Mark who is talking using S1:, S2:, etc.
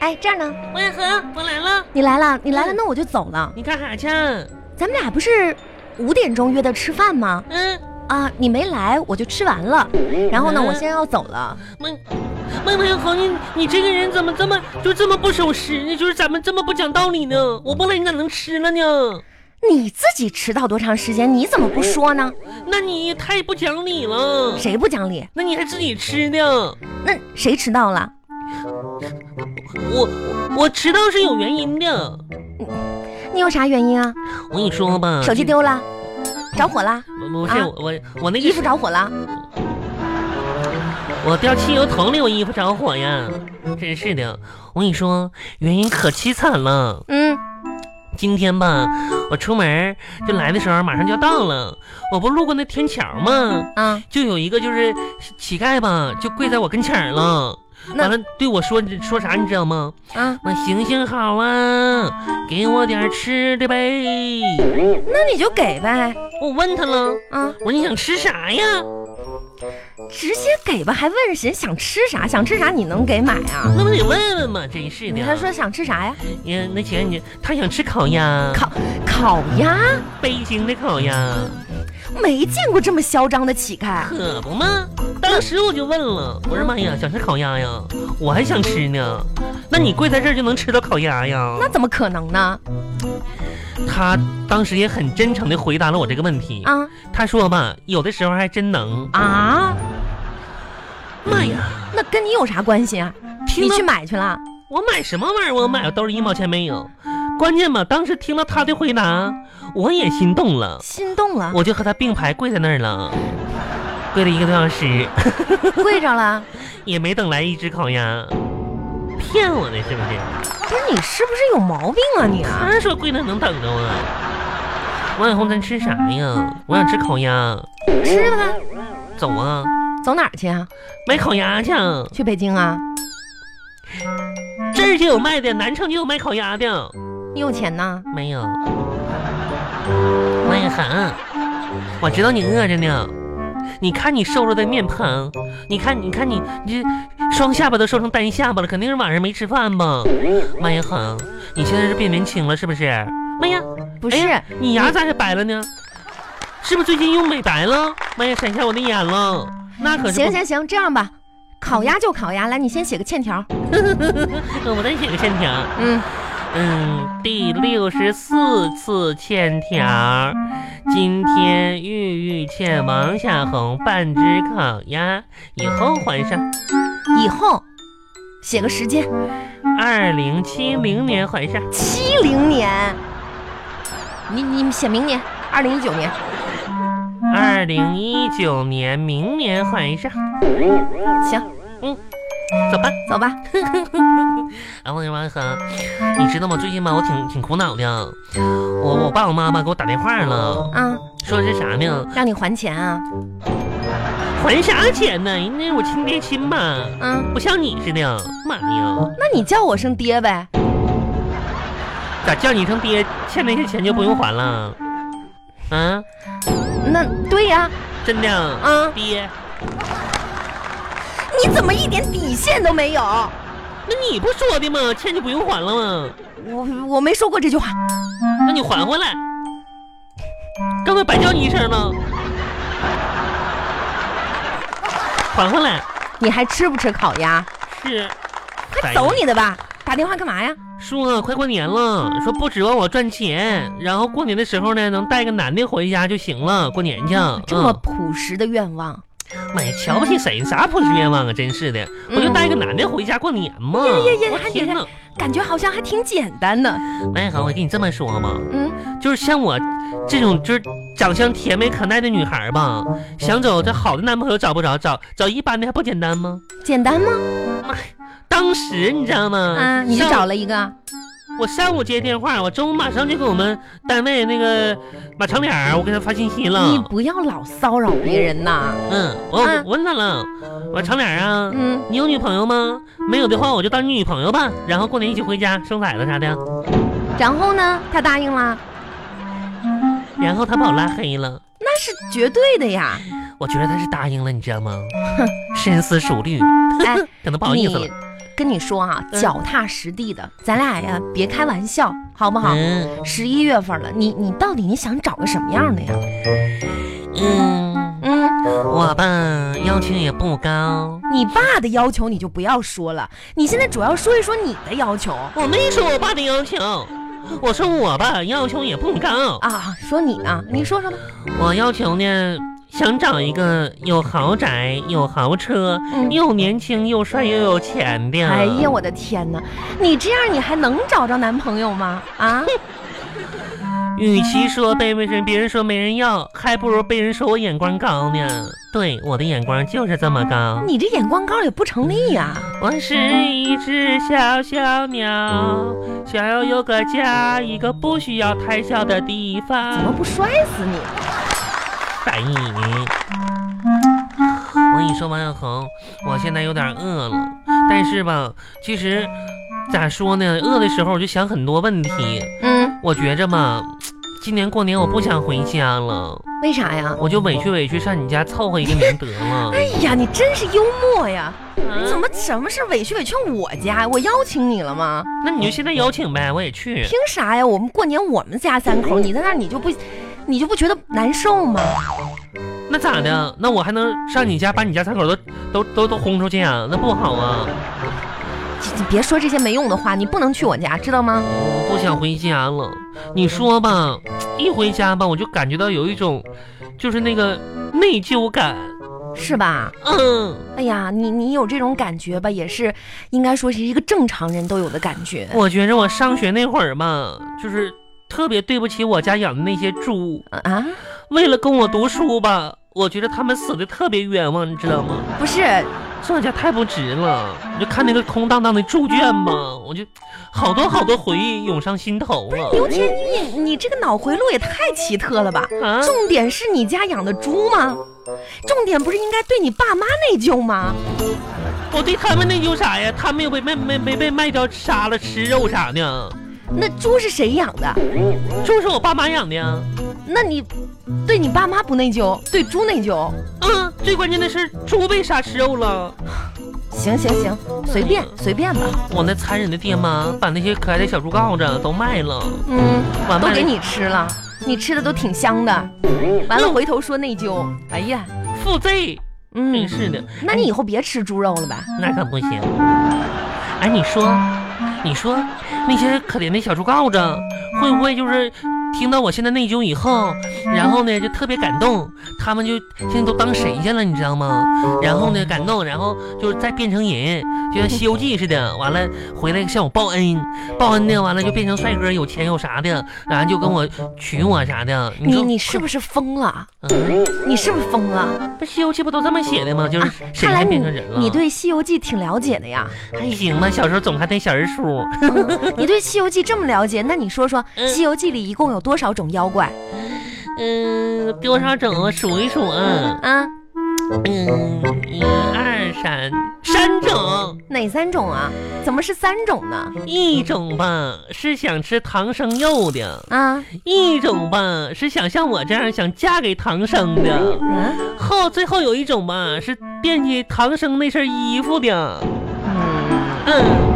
S1: 哎，这儿呢，
S2: 王小河，我来了，
S1: 你来了，你来了，
S2: 嗯
S1: 那我就走了。
S2: 你干啥去啊？
S1: 咱们俩不是五点钟约的吃饭吗？
S2: 嗯，
S1: 啊，你没来，我就吃完了。然后呢，我现在要走了。
S2: 孟孟小河，你你这个人怎么这么就这么不守时？就是咱们这么不讲道理呢？我不来你咋能吃了呢？
S1: 你自己迟到多长时间？你怎么不说呢？
S2: 那你也太不讲理了。
S1: 谁不讲理？
S2: 那你还自己吃呢？
S1: 那谁迟到了？
S2: 我我迟到是有原因的。
S1: 你有啥原因啊？
S2: 我跟你说吧，
S1: 手机丢了，着火了，
S2: 不不是
S1: 啊
S2: 我我我那个
S1: 衣服着火了。
S2: 我掉汽油桶里，我衣服着火呀！真是的，我跟你说，原因可凄惨了。
S1: 嗯，
S2: 今天吧，我出门就来的时候，马上就要到了，我不路过那天桥吗？
S1: 啊，
S2: 就有一个就是乞丐吧，就跪在我跟前儿了。
S1: 那
S2: 完了，对我说说啥你知道吗？
S1: 啊，
S2: 我行行好啊，给我点儿吃的呗。
S1: 那你就给呗。
S2: 我问他了，
S1: 啊，
S2: 我说你想吃啥呀？
S1: 直接给吧，还问人想吃啥？想吃啥你能给买啊？
S2: 那不得问问吗？真是的。
S1: 他说想吃啥呀？
S2: 哎呀，那姐你他想吃烤鸭，
S1: 烤烤鸭，
S2: 北京的烤鸭，
S1: 没见过这么嚣张的乞丐。
S2: 可不嘛！当时我就问了，我说妈呀，想吃烤鸭呀？我还想吃呢。那你跪在这儿就能吃到烤鸭呀？
S1: 嗯那怎么可能呢？
S2: 他当时也很真诚的回答了我这个问题。
S1: 啊
S2: 他说吧，有的时候还真能。
S1: 啊，
S2: 妈呀，
S1: 那跟你有啥关系啊？
S2: 听
S1: 你
S2: 到
S1: 去买去了？
S2: 我买什么玩意儿？我买，我兜里一毛钱没有。关键吧，当时听到他的回答，我也心动了，
S1: 心动了，
S2: 我就和他并排跪在那儿了，跪了一个多小时。
S1: 跪着了。
S2: 也没等来一只烤鸭，骗我呢是不是？
S1: 不是你是不是有毛病啊你啊？
S2: 他说跪那能等着啊？王小红，咱吃啥呀？我想吃烤鸭，
S1: 吃吧，
S2: 走啊，
S1: 走哪儿去啊？
S2: 买烤鸭去啊。
S1: 去北京啊？
S2: 这儿就有卖的，南城就有卖烤鸭的。
S1: 你有钱呐？
S2: 没有，王小红，我知道你饿着呢。你看你瘦弱的面庞，你看，你看你，你这双下巴都瘦成单下巴了，肯定是晚上没吃饭吧？王小红，你现在是变年轻了是不是？哎呀，
S1: 不是，
S2: 哎呀你牙咋还白了呢？是不是最近用美白了？妈呀，闪瞎我的眼了！那可是
S1: 行行行，这样吧，烤鸭就烤鸭，来，你先写个欠条。
S2: 呃行，我再写个欠条。
S1: 嗯，
S2: 嗯，第六十四次欠条，今天玉玉欠王小红半只烤鸭，以后还上，
S1: 以后写个时间，
S2: 二零七零年还上，
S1: 七零年。你你写明年，二零一九年，
S2: 二零一九年明年还上，嗯
S1: 行，
S2: 走吧。
S1: 走吧。
S2: 啊，王王恒，你知道吗？最近吧，我挺挺苦恼的。我我爸我妈妈给我打电话了，
S1: 啊，
S2: 说是啥呢？
S1: 让你还钱啊？
S2: 还啥钱呢？人家我亲爹亲妈，
S1: 啊，
S2: 不像你似的。妈呀，
S1: 那你叫我声爹呗。
S2: 咋叫你一声爹，欠那些钱就不用还了？啊，
S1: 那对呀、
S2: 真的？
S1: 啊
S2: 爹，
S1: 你怎么一点底线都没有？
S2: 那你不说的吗？欠就不用还了吗？
S1: 我我没说过这句话。
S2: 那你还回来。刚才白叫你一声了，还回来
S1: 你还吃不吃烤鸭？
S2: 是。
S1: 快走你的吧！打电话干嘛呀？
S2: 说快过年了，说不指望我赚钱，然后过年的时候呢，能带个男的回家就行了。过年去，
S1: 这么
S2: 嗯
S1: 朴实的愿望，
S2: 妈呀，瞧不起谁？啥朴实愿望啊，真是的，不就带个男的回家过年吗？
S1: 嗯呀啊呀呀
S2: 我天哪！
S1: 嗯感觉好像还挺简单的。
S2: 哎，好，我跟你这么说吧，
S1: 嗯，
S2: 就是像我这种就是长相甜美可爱的女孩吧，想找这好的男朋友找不着，找找一般的还不简单吗？
S1: 简单吗？
S2: 当时你知道吗？
S1: 啊，你就
S2: 上
S1: 找了一个
S2: 我上午接电话，我中午马上就给我们单位那个马长脸儿，我给他发信息了。
S1: 你不要老骚扰别人呐。
S2: 嗯，我
S1: 嗯啊
S2: 我问他了，我说长脸儿啊，
S1: 嗯，
S2: 你有女朋友吗？没有的话，我就当你女朋友吧，然后过年一起回家生崽子啥的。
S1: 然后呢？他答应了，
S2: 然后他把我拉黑了，
S1: 那是绝对的 呀。
S2: 我觉得他是答应了，你知道吗？深思熟虑，
S1: 哎，
S2: 可能不好意思了
S1: 你。跟你说啊，
S2: 嗯
S1: 脚踏实地的，咱俩呀别开玩笑，好不好？
S2: 嗯
S1: 十一月份了，你你到底你想找个什么样的呀？
S2: 嗯，
S1: 嗯，
S2: 我吧要求也不高。
S1: 你爸的要求你就不要说了，你现在主要说一说你的要求
S2: 我没说我爸的要求，我说我吧要求也不高。
S1: 啊，说你呢，你说说吧。
S2: 我要求呢，想找一个有豪宅、有豪车、
S1: 嗯
S2: 又年轻又帅又有钱的。
S1: 哎呀，我的天哪，你这样你还能找着男朋友吗？啊，
S2: 与其说被别人别人说没人要，还不如被人说我眼光高呢。对，我的眼光就是这么高。
S1: 你这眼光高也不成立呀、
S2: 我是一只小小鸟，想要有个家，一个不需要太小的地
S1: 怎么
S2: 方。
S1: 不摔死你？
S2: 大意，我跟你说，王小红，我现在有点饿了，但是吧，其实咋说呢，饿的时候我就想很多问题。
S1: 嗯，
S2: 我觉着嘛，今年过年我不想回家了，
S1: 为啥呀？
S2: 我就委屈委屈上你家凑合一个年得了。
S1: 哎呀，你真是幽默呀！你怎
S2: 啊
S1: 么什么事委屈委屈我家？我邀请你了吗？
S2: 啊那你就现在邀请呗，我也去
S1: 凭。啥呀？我们过年我们家三口，你在那儿你就不，你就不觉得难受吗？
S2: 那咋的？那我还能上你家把你家三口都都都都轰出去啊？那不好啊！
S1: 你别说这些没用的话，你不能去我家，知道吗？
S2: 我不想回家了。你说吧，一回家吧，我就感觉到有一种，就是那个内疚感。
S1: 是吧？
S2: 嗯，
S1: 哎呀，你你有这种感觉吧，也是应该说是一个正常人都有的感觉。
S2: 我觉着我上学那会儿吧，就是特别对不起我家养的那些猪。
S1: 啊，
S2: 为了跟我读书吧，我觉得他们死的特别冤枉，你知道吗？
S1: 不是，
S2: 这家太不值了！你就看那个空荡荡的猪圈吧，我就好多好多回忆涌上心头了。
S1: 刘天，你你这个脑回路也太奇特了吧？
S2: 啊，
S1: 重点是你家养的猪吗？重点不是应该对你爸妈内疚吗？
S2: 我对他们内疚啥呀？他们又被卖没没被卖掉杀了吃肉啥的，
S1: 那猪是谁养的？
S2: 就是我爸妈养的呀。
S1: 那你对你爸妈不内疚，对猪内疚？
S2: 嗯，最关键的是猪被杀吃肉了。
S1: 行行行，随便随便吧，
S2: 我那残忍的爹妈把那些可爱的小猪羔子都卖了，
S1: 嗯，
S2: 完
S1: 都
S2: 卖
S1: 给
S2: 了
S1: 你吃了，你吃的都挺香的。完了回头说内疚，哎呀，
S2: 负罪，真
S1: 嗯，
S2: 是的。
S1: 那你以后别吃猪肉了吧？
S2: 那可不行。哎，你说，你说那些可怜的小猪羔子，会不会就是听到我现在内疚以后，然后呢就特别感动，他们就现在都当神仙了，你知道吗？然后呢感动，然后就是再变成人，就像《西游记》似的，完了回来向我报恩，报恩呢完了就变成帅哥，有钱有啥的，然后就跟我娶我啥的。
S1: 你
S2: 说
S1: 你是不是疯了？
S2: 嗯
S1: 你是不是疯了？
S2: 不《西游记》不都这么写的吗？就是
S1: 啊
S2: 神
S1: 看来
S2: 仙
S1: 你
S2: 变成人了。
S1: 你对《西游记》挺了解的 呀，
S2: 还行吧，小时候总看那小人书。
S1: 你对《西游记》这么了解，那你说说《
S2: 嗯
S1: 西游记》里一共有多少种妖怪
S2: 嗯，多少种？我数一数啊。
S1: 啊？
S2: 嗯，一二三，三种。
S1: 哪三种啊？怎么是三种呢？
S2: 一种吧是想吃唐僧肉的，
S1: 啊，
S2: 一种吧是想像我这样想嫁给唐僧的，
S1: 嗯
S2: 后最后有一种吧是惦记唐僧那身衣服的。
S1: 嗯，
S2: 嗯，